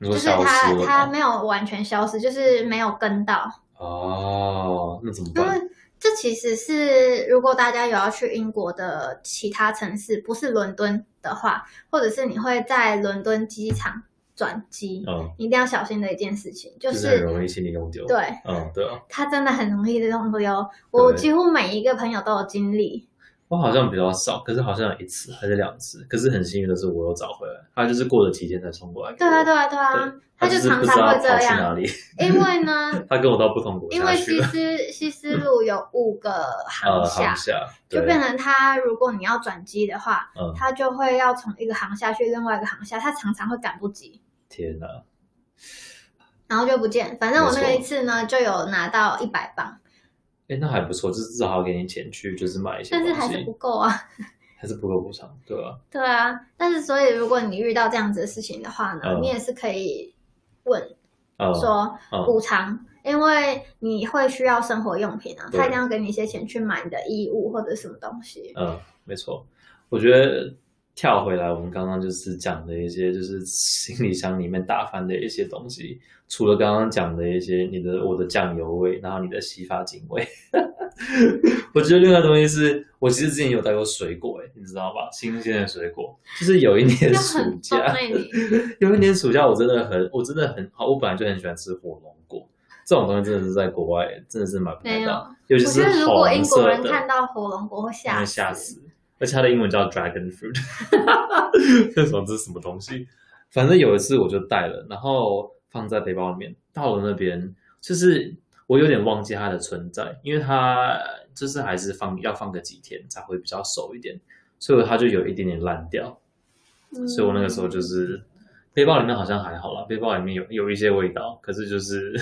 S1: 你
S2: 就
S1: 说
S2: 是
S1: 消
S2: 它
S1: 失了
S2: 它
S1: 吗？
S2: 没有完全消失，就是没有跟到。
S1: 哦，那怎么
S2: 因
S1: 办？
S2: 为这其实是，如果大家有要去英国的其他城市，不是伦敦的话，或者是你会在伦敦机场转机，
S1: 嗯，
S2: 一定要小心的一件事情，就
S1: 就是很
S2: 是
S1: 容易心里弄丢。，
S2: 对
S1: 嗯，对啊，
S2: 它真的很容易弄丢。我
S1: 对
S2: 几乎每一个朋友都有经历，
S1: 我好像比较少，可是好像有一次还是两次，可是很幸运的是我有找回来，他就是过了几天才冲过来。
S2: 对啊，对，啊，对啊
S1: 对，
S2: 他
S1: 他
S2: 就是常
S1: 不知
S2: 常
S1: 道
S2: 会
S1: 跑
S2: 这
S1: 去
S2: 样，
S1: 哪里，
S2: 因为 呢，
S1: 他跟我到不同国
S2: 因
S1: 家
S2: 为
S1: 去
S2: 西
S1: 了，
S2: 斯西斯路有五个航
S1: 呃，
S2: 厦，
S1: 航下，
S2: 就
S1: 对，
S2: 变成他如果你要转机的话，
S1: 嗯，
S2: 他就会要从一个航厦去另外一个航厦，他常常会赶不及。
S1: 天哪，
S2: 然后就不见，反正我那
S1: 没
S2: 个
S1: 错
S2: 一次呢，就有拿到一百磅，
S1: 哎，那还不错，就是至少还给你钱去，就是买一些
S2: 但是
S1: 东
S2: 还是
S1: 西
S2: 不，够啊。
S1: 还是不够补偿，对吧？
S2: 对啊，但是所以如果你遇到这样子的事情的话呢，
S1: 嗯
S2: 你也是可以问
S1: 嗯，
S2: 说
S1: 嗯
S2: 补偿，因为你会需要生活用品啊，
S1: 对
S2: 他一定要给你一些钱去买你的衣物或者什么东西。
S1: 嗯，没错，我觉得跳回来，我们刚刚就是讲的一些，就是行李箱里面打翻的一些东西，除了刚刚讲的一些你的我的酱油味，然后你的洗发精味， 我觉得另外一个东西是我其实之前有带过水果、欸，你知道吧？新鲜的水果，就是有一年
S2: 就
S1: 暑
S2: 很
S1: 假
S2: 崩，哎你，
S1: 有一年暑假我真的很，我真的很好，我本来就很喜欢吃火龙果。这种东西真的是在国外真的是买不
S2: 没
S1: 太
S2: 有
S1: 到，尤 其
S2: 我
S1: 是
S2: 觉得如果
S1: 红
S2: 英
S1: 色
S2: 国人
S1: 的
S2: 看到火龙果会
S1: 真
S2: 吓
S1: 的吓。死。而且它的英文叫 dragon fruit，这什么这是什么东西？反正有一次我就带了，然后放在背包里面。到了那边，就是我有点忘记它的存在，因为它就是还是放要放个几天才会比较熟一点，所以它就有一点点烂掉。所以我那个时候就是背包里面好像还好啦，背包里面有有一些味道，可是就是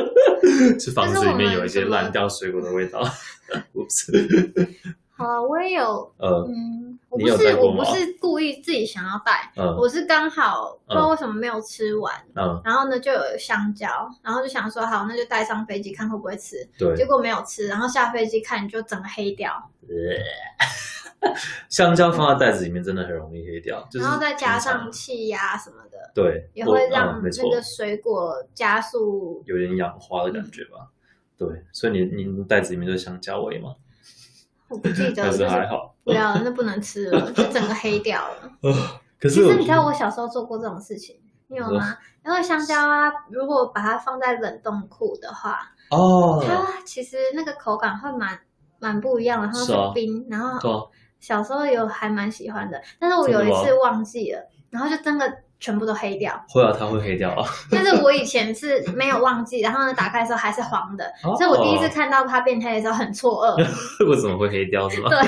S1: 是房子里面有一些烂掉水果的味道。 不是，
S2: 嗯好了，我也有，
S1: 呃
S2: 嗯，我
S1: 你
S2: 不
S1: 有
S2: 是
S1: 带过
S2: 我不
S1: 吗
S2: 是故意自己想要带，
S1: 呃
S2: 我是刚好不知道为什么没有吃完，
S1: 嗯，
S2: 然后呢就有香蕉，然后就想说好，那就带上飞机看会不会吃，
S1: 对，
S2: 结果没有吃，然后下飞机看就整个黑掉，
S1: 香蕉放在袋子里面真的很容易黑掉，就是
S2: 然后再加上
S1: 平常
S2: 气压什么的，
S1: 对，
S2: 也
S1: 我
S2: 会让
S1: 嗯、没
S2: 那
S1: 错
S2: 个水果加速。
S1: 有点氧化的感觉吧。对，所以你你袋子里面就是香蕉味嘛，
S2: 我不记得
S1: 但
S2: 了，就 是
S1: 还好。
S2: 不要了，那不能吃了，就整个黑掉了。
S1: 可
S2: 其
S1: 是我嗯
S2: 实你知道我小时候做过这种事情，你有吗？因为香蕉啊，如果把它放在冷冻库的话，
S1: 哦，
S2: 它其实那个口感会蛮蛮不一样的，它
S1: 是啊
S2: 会冰，然后
S1: 对啊，
S2: 小时候有还蛮喜欢的，但是我
S1: 真
S2: 有
S1: 的
S2: 一
S1: 吗
S2: 次忘记了，然后就真的全部都黑 掉。
S1: 会啊，它会黑掉啊。
S2: 但是我以前是没有忘记，然后呢打开的时候还是黄的，
S1: 哦
S2: 所以我第一次看到它变黑的时候很错愕。
S1: 为什么会黑掉是吗？
S2: 对，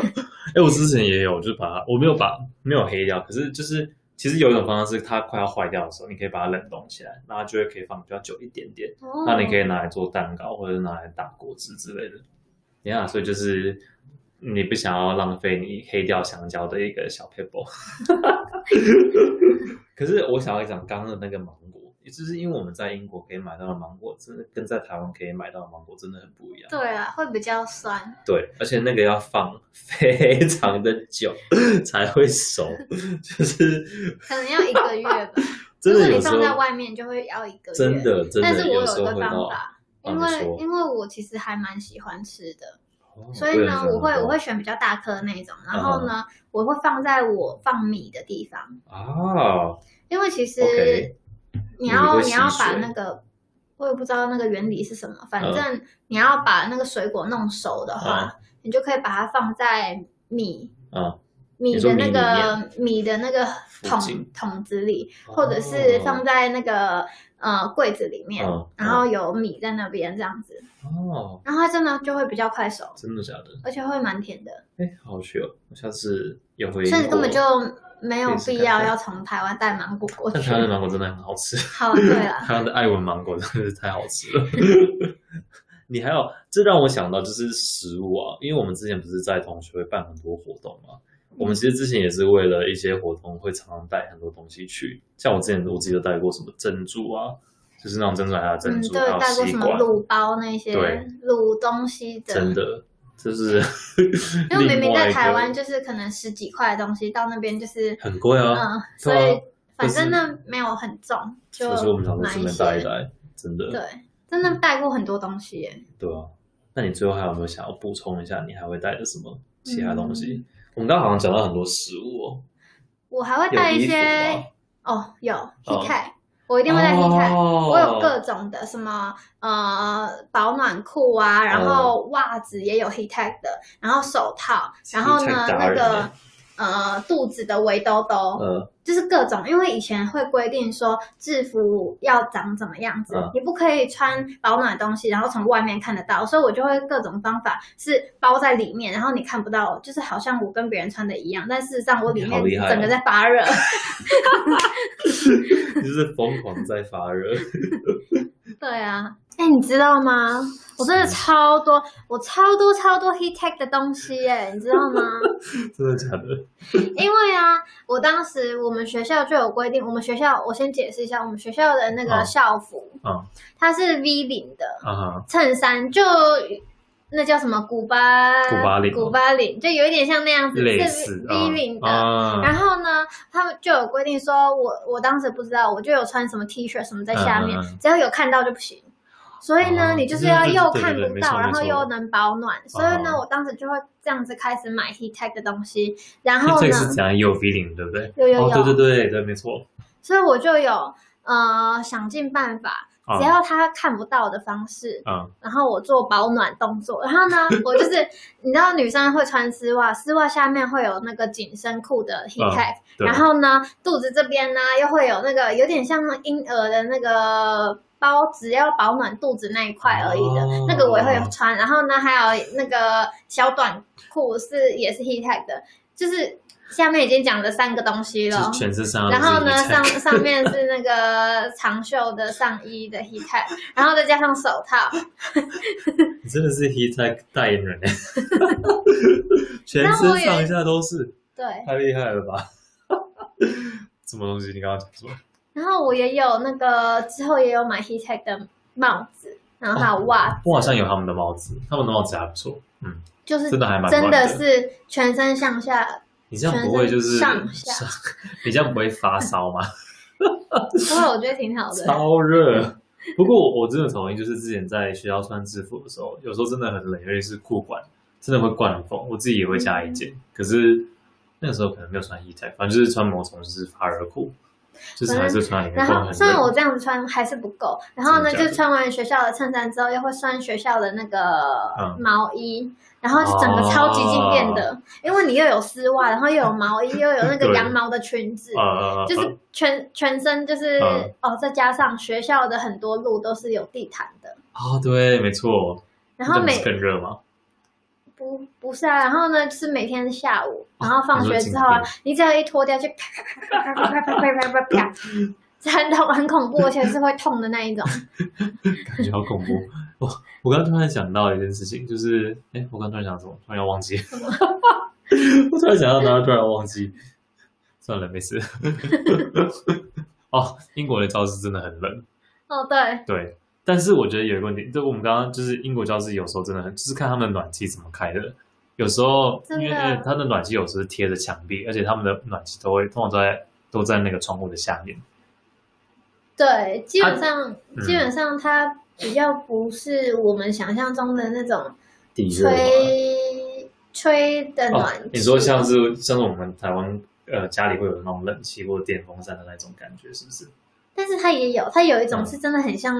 S1: 哎，我之前也有，就是把它，我没有把没有黑掉，可是就是其实有一种方式，是它快要坏掉的时候，你可以把它冷冻起来，那它就会可以放比较久一点点。 那你可
S2: 以
S1: 以拿来做蛋糕，或者拿来打果汁之类的。你看，所以就是你不想要浪费你黑掉香蕉的一个小 pebble。可是我想要讲刚刚的那个芒果，也就是因为我们在英国可以买到的芒果，真的跟在台湾可以买到的芒果真的很不一样。
S2: 对啊，会比较酸，
S1: 对，而且那个要放 非常的久才会熟，就是
S2: 可能要一个月吧。
S1: 真
S2: 如
S1: 的
S2: 果
S1: 有
S2: 你
S1: 时
S2: 放在
S1: 候
S2: 外面就会要一个月，
S1: 真的真
S2: 但
S1: 的
S2: 是我
S1: 时候
S2: 有一个
S1: 会
S2: 方
S1: 到，
S2: 法，
S1: 啊
S2: 因
S1: 你
S2: 为
S1: 说
S2: 因为我其实还蛮喜欢吃的，
S1: 哦
S2: 所以呢，我会
S1: 也是
S2: 我会选比较大颗的那种，然后
S1: 嗯
S2: 呢，我会放在我放米的地方，
S1: 啊，
S2: 因为其实
S1: OK
S2: 你
S1: 米
S2: 要
S1: 会
S2: 你
S1: 吸
S2: 要把
S1: 水
S2: 那个。我也不知道那个原理是什么，反
S1: 嗯
S2: 正你要把那个水果弄熟的话，你就可以把它放在米
S1: 啊，
S2: 米
S1: 你说
S2: 的
S1: 米
S2: 那
S1: 里
S2: 个米的那个
S1: 附
S2: 桶
S1: 近哦
S2: 桶子里，或者是放在那个、呃柜子里面，
S1: 嗯
S2: 然后有米在那边这样子，
S1: 哦，
S2: 然后它真的就会比较快熟，
S1: 真的假的？
S2: 而且会蛮甜的，
S1: 哎，好有趣哦！我下次有回
S2: 甚至
S1: 英
S2: 根本
S1: 国
S2: 就没有
S1: 可以试
S2: 必
S1: 看
S2: 要
S1: 看
S2: 要从台湾带芒果过
S1: 但
S2: 去
S1: 台。湾的芒果真的很好 吃，
S2: 好，对了，
S1: 台湾的爱文芒果真的是太好吃 了。你还有，这让我想到就是食物啊，因为我们之前不是在同学会办很多活动嘛，
S2: 嗯
S1: 我们其实之前也是为了一些活动会常常带很多东西去，像我之前我记得带过什么珍珠啊，就是那种珍珠还有珍
S2: 嗯，
S1: 珠，
S2: 对
S1: 还，有
S2: 带过
S1: 吸
S2: 什么
S1: 管，
S2: 卤包那些
S1: 对
S2: 卤东西的，
S1: 真的就是
S2: 因为 明明在
S1: 另外一个
S2: 台湾就是可能十几块的东西，到那边就是
S1: 很贵啊，
S2: 嗯，所
S1: 对啊
S2: 以反
S1: 就是
S2: 正那没有很重，就
S1: 就是我们想说
S2: 买
S1: 顺
S2: 一
S1: 便带一
S2: 些
S1: 带，真的，嗯
S2: 对，真的带过很多东西耶。
S1: 对啊。那你最后还有没有想要补充一下？你还会带的什么其他东西？
S2: 嗯
S1: 我们刚刚好像讲到很多食物哦，
S2: 我还会
S1: 有
S2: 带一
S1: 衣服啊
S2: 些
S1: 吗？
S2: 哦，有 h
S1: 哦
S2: i t a 我一定会带 h i t a
S1: 哦
S2: 我有各种的什么呃保暖裤啊，然后
S1: 哦
S2: 袜子也有 heat tech 的，然后手套，然后呢
S1: heat tech 达
S2: 那
S1: 人
S2: 个
S1: 欸
S2: 呃肚子的围兜兜，
S1: 呃，
S2: 就是各种，因为以前会规定说制服要长怎么样子，
S1: 嗯
S2: 你不可以穿保暖的东西，然后从外面看得到，所以我就会各种方法是包在里面，然后你看不到，就是好像我跟别人穿的一样，但事实上我里
S1: 你好
S2: 面
S1: 厉害哦
S2: 整个在发热。
S1: 就是疯狂在发热。
S2: 对啊，哎、你知道吗？我真的超多，我超多超多 heat tech 的东西耶、你知道 吗？
S1: 真的假的？
S2: 因为啊，我当时我们学校就有规定，我们学校我先解释一下，我们学校的那个
S1: 哦
S2: 校服，
S1: 哦
S2: 它是 V 领的
S1: 啊哈，
S2: 衬衫，就那叫什么古巴
S1: 古巴领
S2: 古巴领就有一点像那样子，
S1: 类
S2: 是
S1: 似
S2: V 领的。
S1: 啊，
S2: 然后呢，他们就有规定说我，我当时不知道，我就有穿什么 T 恤什么在下面，
S1: 嗯嗯嗯
S2: 只要有看到就不行。所以呢，
S1: 哦
S2: 你就是要
S1: 对对对
S2: 又
S1: 对对
S2: 看不
S1: 没
S2: 到，
S1: 错
S2: 然后
S1: 没
S2: 又
S1: 错
S2: 能保暖。所以呢，
S1: 哦
S2: 我当时就会这样子开始买 heat tech 的东西，然 后
S1: 这
S2: 呢
S1: 个，是怎样也有 feeling 对不对？
S2: 有有有，
S1: 哦，对对对对，没错。
S2: 所以我就有呃想尽办法，
S1: 啊
S2: 只要他看不到的方式，
S1: 啊
S2: 然后我做保暖动作，然 后呢，我就是你知道女生会穿丝袜，丝袜下面会有那个紧身裤的 heat
S1: 嗯
S2: tech，、
S1: 对
S2: 然后呢肚子这边呢又会有那个有点像婴儿的那个包，只要保暖肚子那一块而已的、
S1: 哦
S2: 那个我也会穿，然后呢还有那个小短裤是也是 heat tech 的，就是下面已经讲了三个东西了
S1: 就。全身上下
S2: 然
S1: 都是
S2: 后呢，
S1: heat tech
S2: 上上面是那个长袖的上衣的 heat tech，然后再加上手套，
S1: 你真的是 heat tech 代言人，欸全
S2: 那我
S1: 身
S2: 也
S1: 上下都是，
S2: 对。
S1: 太厉害了吧？什么东西？你刚刚讲什么？
S2: 然后我也有那个之后也有买 heat tech 的帽子，然后还有袜子，
S1: 我好像有他们的帽子，他们的帽子还不错，嗯，
S2: 就是
S1: 真的还蛮
S2: 真
S1: 暖
S2: 的
S1: 的
S2: 是全身 向下，
S1: 你这样不会就是
S2: 全身上下
S1: 你这样不会发烧吗？
S2: 所以我觉得挺好的。
S1: 超热。不过我我真的同意，就是之前在学校穿制服的时候，有时候真的很冷，尤其是裤管，真的会灌风。我自己也会加一
S2: 嗯
S1: 件，可是那个时候可能没有穿 heat tech，反正就是穿某种就是发热裤，就是还是穿里面
S2: 嗯然
S1: 不
S2: 后
S1: 很
S2: 虽然我
S1: 热。
S2: 这样子穿还是不够，然后呢
S1: 真的假
S2: 就
S1: 的
S2: 穿完学校的衬衫之后，又会穿学校的那个
S1: 嗯啊
S2: 毛衣，然后就整个超级静电的，因为你又有丝袜，然 后又有毛衣，又有那个
S1: 对
S2: 羊毛的裙子，
S1: 呃，
S2: 就是全全身就是、
S1: 嗯
S2: 哦，再加上学校的很多路都是有地毯的，
S1: 哦，对，没错。
S2: 然后
S1: 那不是
S2: 每
S1: 更热吗？
S2: 不不是啊，然后呢就是每天下午，然后放学之后
S1: 哦
S2: 啊
S1: 你说，
S2: 你只要一脱掉就啪啪啪啪啪啪啪啪啪啪，真的 很恐怖，而且是会痛的那一种。
S1: 感觉好恐怖。我我刚突然想到一件事情，就是哎，我刚突然想到什么，突然要忘记。我突然想到，然后突然忘记。算了，没事。 哦，英国的教室真的很冷，
S2: 哦，对，
S1: 对。但是我觉得有一个问题，就我们刚刚就是英国教室有时候真的很，就是看他们暖气怎么开的。有时候因
S2: 真
S1: 为
S2: 的
S1: 因为他的暖气有时候是贴着墙壁，而且他们的暖气都会通常都在都在那个窗户的下面。
S2: 对，基本上、
S1: 嗯
S2: 基本上它比较不是我们想象中的那种
S1: 地热嘛
S2: 吹吹的
S1: 哦
S2: 暖气、，
S1: 你说像是像是我们台湾呃家里会有那种冷气或电风扇的那种感觉，是不是？
S2: 但是它也有，它有一种
S1: 嗯
S2: 是真的很像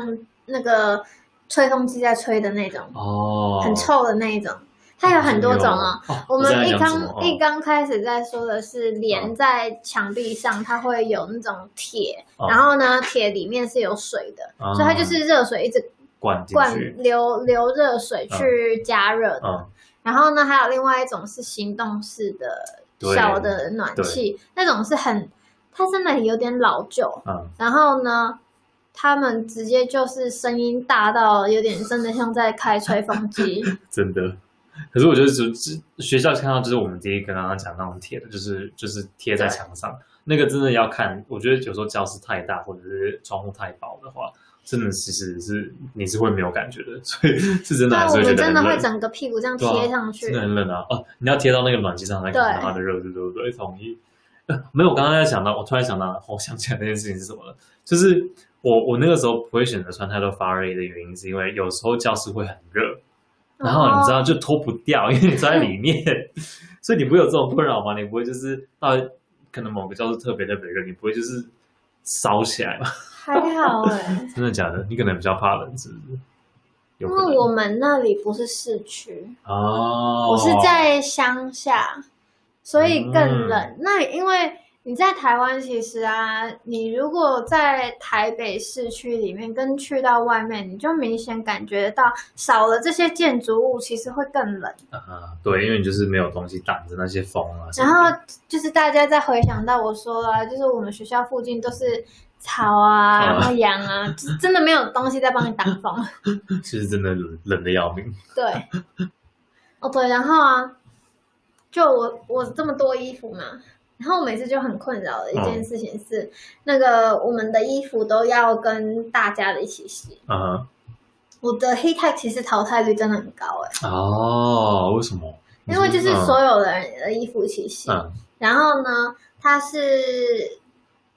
S2: 那个吹风机在吹的那种，
S1: 哦
S2: 很，臭的那一种。它有很多种哦。
S1: 哎呦。
S2: 我们
S1: 我知
S2: 一
S1: 道你在讲什么
S2: 刚、
S1: 哦嗯
S2: 一刚开始在说的是连在墙壁上，它会有那种铁，
S1: 哦
S2: 然后呢，铁里面是有水的，
S1: 啊
S2: 所以它就是热水一直
S1: 灌进
S2: 灌
S1: 去，
S2: 流流热水去加热的。
S1: 嗯，
S2: 然后呢，还有另外一种是行动式的
S1: 对
S2: 小的暖气，那种是很，它真的有点老旧。
S1: 嗯，
S2: 然后呢，他们直接就是声音大到有点真的像在开吹风机。
S1: 真的。可是我觉得只只学校看到就是我们第一个刚刚讲那种铁的，就是就是贴在墙上那个真的要看。我觉得有时候教室太大或者是窗户太薄的话，真的其实是你是会没有感觉的，所以 是 真的
S2: 对，
S1: 还
S2: 我
S1: 是会觉
S2: 们
S1: 得
S2: 真
S1: 很
S2: 的
S1: 冷
S2: 会。整个屁股这样
S1: 对啊
S2: 贴上去
S1: 真的。很冷啊！哦，你要贴到那个暖气上才可以
S2: 对
S1: 让它的热度，对不对？同意。 呃没有，我刚刚在想到，我突然想到，我想起来那件事情是什么了，就是我我那个时候不会选择穿太多发热衣的原因，是因为有时候教室会很热，
S2: 哦
S1: 然后你知道就脱不掉，因为你穿在里 面，所以你不会有这种困扰吗？你不会就是到可能某个教室特别特别热，你不会就是烧起来吧？
S2: 还好哎、
S1: 真的假的？你可能比较怕冷，是不是？有
S2: 因
S1: 可能
S2: 为我们那里不是市区，
S1: 哦，
S2: 我是在乡下，所以更冷。
S1: 嗯
S2: 那因为你在台湾，其实啊，你如果在台北市区里面跟去到外面，你就明显感觉到少了这些建筑物，其实会更冷。
S1: 啊，对，因为你就是没有东西挡着那些风啊什
S2: 然
S1: 么的。
S2: 后就是大家再回想到我说了啊、就是我们学校附近都是草啊，
S1: 嗯
S2: 然后羊啊，就是真的没有东西在帮你挡风。
S1: 其实真的冷冷的要命。
S2: 对，哦对，然后啊，就我我这么多衣服嘛，然后我每次就很困扰的一
S1: 嗯
S2: 件事情是，那个我们的衣服都要跟大家的一起洗。
S1: 啊、
S2: 我的黑 tag 其实淘汰率真的很高哎、
S1: 哦，为什么？
S2: 因为就是
S1: 嗯
S2: 所有的人的衣服一起洗，
S1: 嗯
S2: 然后呢，它是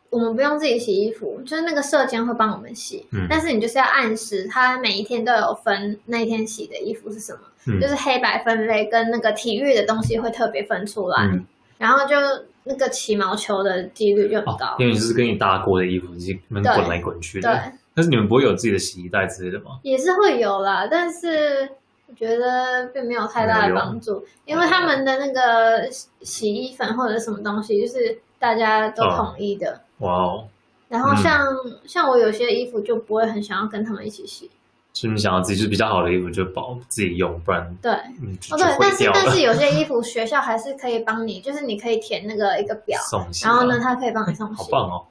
S2: 我们不用自己洗衣服，就是那个社监会帮我们洗，
S1: 嗯
S2: 但是你就是要按时，它每一天都有分那一天洗的衣服是什么。
S1: 嗯，
S2: 就是黑白分类跟那个体育的东西会特别分出来，
S1: 嗯
S2: 然后就那个起毛球的几率就很
S1: 哦
S2: 高。，
S1: 因为你就是跟你搭过的衣服，你们
S2: 对
S1: 滚来滚去的。
S2: 对，
S1: 但是你们不会有自己的洗衣袋之类的吗？
S2: 也是会有啦，但是我觉得并没有太大的帮助，因为他们的那个洗衣粉或者什么东西，就是大家
S1: 哦
S2: 都统一的。
S1: 哇哦，
S2: 然后像、像我有些衣服就不会很想要跟他们一起洗，
S1: 所以你想要自己就是比较好的衣服就保自己用，不然
S2: 对。
S1: 你就
S2: 哦，
S1: 就
S2: 对，
S1: 毁
S2: 但是
S1: 掉
S2: 但
S1: 了。
S2: 是有 些衣服学校还是可以帮你，就是你可以填那个一个表，
S1: 送洗啊，
S2: 然后呢，它可以帮你送
S1: 好
S2: 洗。
S1: 棒哦，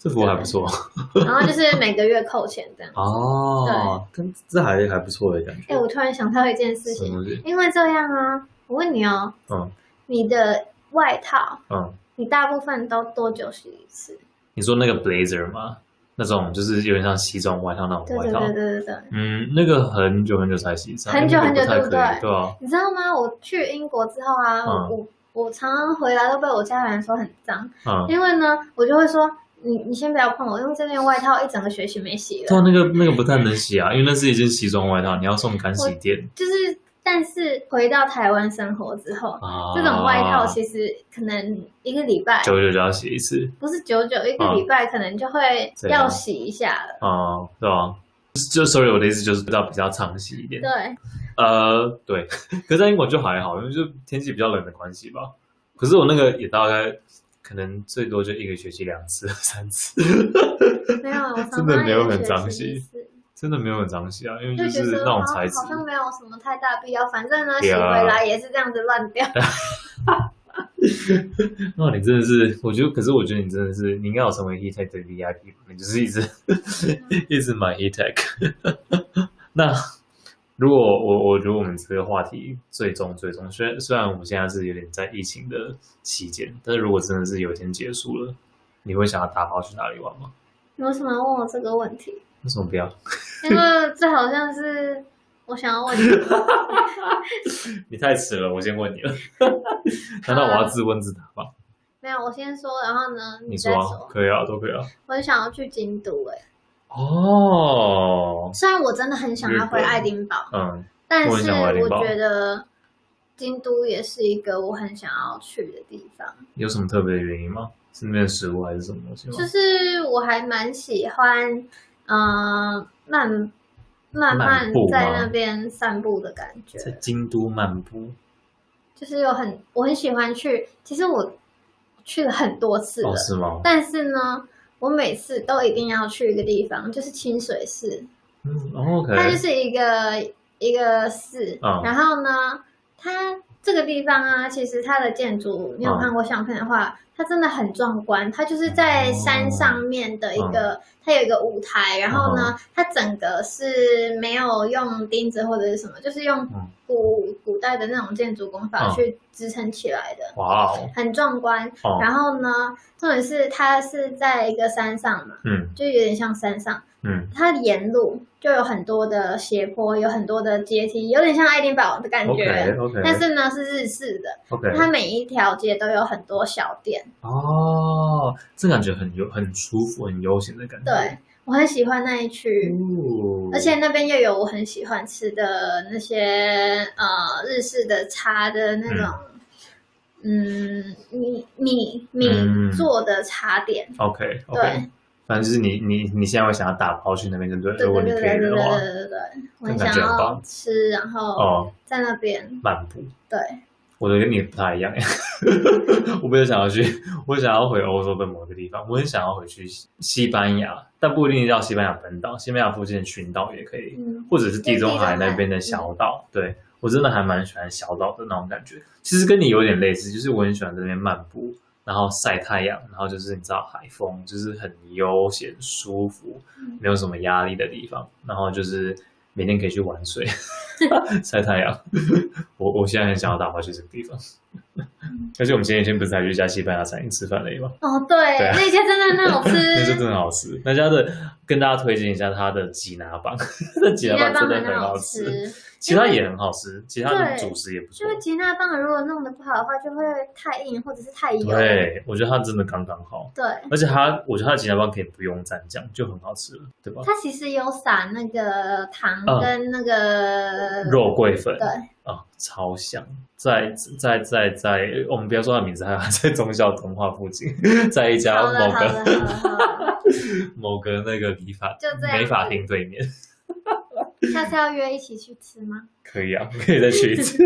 S1: 这服务还不错。
S2: 然后就是每个月扣钱这样
S1: 哦，跟这还还不错的感觉
S2: 哎、。我突然想到一件事
S1: 什么
S2: 情，
S1: 东西？
S2: 因为这样啊，我问你哦，
S1: 嗯
S2: 你的外套，
S1: 嗯，
S2: 你大部分都多久洗一次？
S1: 你说那个 blazer 吗？那种就是有点像西装外套那种
S2: 对
S1: 外
S2: 对
S1: 套。
S2: 对对对对。
S1: 嗯，那个很久很久才洗一次啊，
S2: 很久很久
S1: 那个不
S2: 对不
S1: 太可以，
S2: 对
S1: 对啊，
S2: 你知道吗？我去英国之后啊，
S1: 嗯
S2: 我我常常回来都被我家人说很脏，
S1: 嗯，
S2: 因为呢，我就会说你你先不要碰我，因为这件外套一整个学期没洗
S1: 对
S2: 了，
S1: 啊，那个那个不太能洗啊，因为那是一件西装外套，你要送干洗店
S2: 就是。但是回到台湾生活之后，
S1: 啊。
S2: 这种外套其实可能一个礼拜
S1: 久久就要洗一次
S2: 不是久久一个礼拜，可能就会
S1: 嗯这样
S2: 要洗一下了。
S1: 啊，对吧？就所以我的意思就是比较比较常洗一点，
S2: 对，
S1: 呃，对， 可是在英国就还好，因为就天气比较冷的关系吧。可是我那个也大概可能最多就一个学期两次、三次，
S2: 没有，我常
S1: 真的没有很
S2: 常
S1: 脏
S2: 洗
S1: 兮，真的没有很常洗啊，因为
S2: 就觉
S1: 是
S2: 得
S1: 那
S2: 好
S1: 种
S2: 好
S1: 材质，
S2: 像没有什么太大必要，反正呢洗
S1: Yeah
S2: 回来也是这样子乱掉。
S1: 那你真的是，我觉得，可是我觉得你真的是，你应该有成为 E Heat Tech 的 VIP，吧你就是一直
S2: 嗯
S1: 一直买 E Heat Tech。那如果我我觉得我们这个话题最终最终，虽然虽然我们现在是有点在疫情的期间，但是如果真的是有一天结束了，你会想要打包去哪里玩吗？
S2: 你为什么要问我这个问 题？
S1: 为什么不要？
S2: 因为这好像是我想要问 你的。
S1: 你太迟了，我先问你了。 难道我要自问自答吗？
S2: 没有，我先说，然后呢
S1: 你
S2: 再
S1: 说、啊、
S2: 说。
S1: 可以啊，都可以啊。
S2: 我很想要去京都诶、
S1: 哦，
S2: 虽然我真的很想要回爱丁堡，
S1: 嗯，
S2: 但
S1: 我很
S2: 是
S1: 想回爱丁
S2: 我
S1: 堡
S2: 觉得京都也是一个我很想要去的地方。
S1: 有什么特别的原因吗？是那边的食物还是什么东西吗？
S2: 就是我还蛮喜欢，嗯、慢慢慢
S1: 漫步吗
S2: 在那边散步的感觉，
S1: 在京都漫步
S2: 就是有很我很喜欢去。其实我去了很多次了，
S1: 哦，是吗？
S2: 但是呢，我每次都一定要去一个地方，就是清水寺，
S1: 嗯哦，OK，
S2: 它就是一个一个寺，
S1: 嗯
S2: 然后呢，它。这个地方啊，其实它的建筑，你有
S1: 嗯
S2: 看过相片的话，它真的很壮观。它就是在山上面的一个，
S1: 嗯
S2: 它有一个舞台，然后呢，它整个是没有用钉子或者是什么，就是用
S1: 嗯
S2: 古、古代的那种建筑工法
S1: 嗯
S2: 去支撑起来的，
S1: 哇哦，
S2: 很壮观。
S1: 哦，
S2: 然后呢，重点是它是在一个山上嘛，
S1: 嗯
S2: 就有点像山上。
S1: 嗯，
S2: 它沿路就有很多的斜坡，有很多的阶梯，有点像爱丁堡的感觉。
S1: OK OK，
S2: 但是呢，是日式的，
S1: OK
S2: 它每一条街都有很多小店。
S1: 哦，这感觉很悠很舒服，很悠闲的感觉。
S2: 对我很喜欢那一区，
S1: 哦，
S2: 而且那边又有我很喜欢吃的那些呃日式的茶的那种，嗯，米米米
S1: 嗯
S2: 做的茶点。
S1: OK OK，
S2: 对，
S1: 反正就是你你你现在会想要打包去那边，对不对？
S2: 对
S1: 如果
S2: 对
S1: 你
S2: 对
S1: 可
S2: 对
S1: 以
S2: 对对
S1: 的话，
S2: 对对对，我很
S1: 那感
S2: 想
S1: 觉很
S2: 要
S1: 棒
S2: 吃，然后
S1: 哦，
S2: 在那边
S1: 漫步。
S2: 对，
S1: 我的跟你不太一样， 我没有想要去，我想要回欧洲的某个地方，我很想要回去西西班牙，但不一定要西班牙本岛，西班牙附近的群岛也可以，
S2: 嗯，
S1: 或者是地中海
S2: 对地中海
S1: 那边的小岛。对我真的还蛮喜欢小岛的那种感觉，其实跟你有点类似，就是我很喜欢在那边漫步，然后晒太阳，然后就是你知道海风，就是很悠闲舒服
S2: 嗯，
S1: 没有什么压力的地方，然后就是每天可以去玩水、 晒太阳。我我现在很想要打包去这个地方，
S2: 嗯
S1: 而且我们前几天不是才去一家西班牙餐厅吃饭了吗？
S2: 哦对，
S1: 对啊
S2: 那些真的很好
S1: 那家真
S2: 吃，
S1: 的很好吃，那家的跟大家推荐一下它的吉拿棒， 那吉
S2: 吉
S1: 拿
S2: 娜
S1: 棒真
S2: 棒
S1: 的
S2: 很
S1: 很
S2: 好
S1: 好吃。
S2: 吃。
S1: 其他也很好吃，其他的
S2: 对
S1: 主食也不错
S2: 因。为吉娜棒如果弄得不好的话，就会太硬或者是太油。
S1: 对，我觉得它真的刚刚好，
S2: 对，
S1: 而且它，我觉得它的吉拿棒可以不用蘸酱，就很好吃了，对吧？
S2: 它其实有撒那个糖
S1: 嗯
S2: 跟那个、
S1: 肉桂粉
S2: 对，
S1: 啊，超香！在在在在，我们不要说它名字，它在中校通化附 近，在一家
S2: 好了
S1: 某
S2: 好了
S1: 个
S2: 好了，好了
S1: 某个那个理发
S2: 就这样
S1: 美发厅对面，
S2: 下次要约一起去吃吗？
S1: 可 以啊，可以再去一次，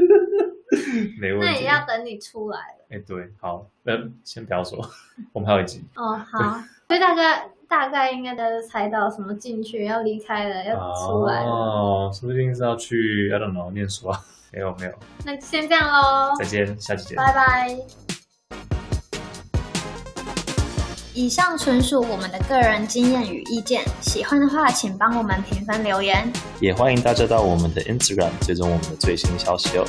S1: 没问
S2: 那
S1: 题
S2: 也。要等你出来了
S1: 哎，对，好，那先不要说，我们还有一集
S2: 哦。 好，所以大概大概应该都猜到什么进去要离开了要出来了，
S1: 哦，啊说不定是要去 I don't know 念书啊。没有没有，
S2: 那先这样喽，
S1: 再见，下期见。
S2: 拜拜。以上纯属我们的个人经验与意见，喜欢的话请帮我们评分留言。
S3: 也欢迎大家到我们的 Instagram 追踪我们的最新消息哦。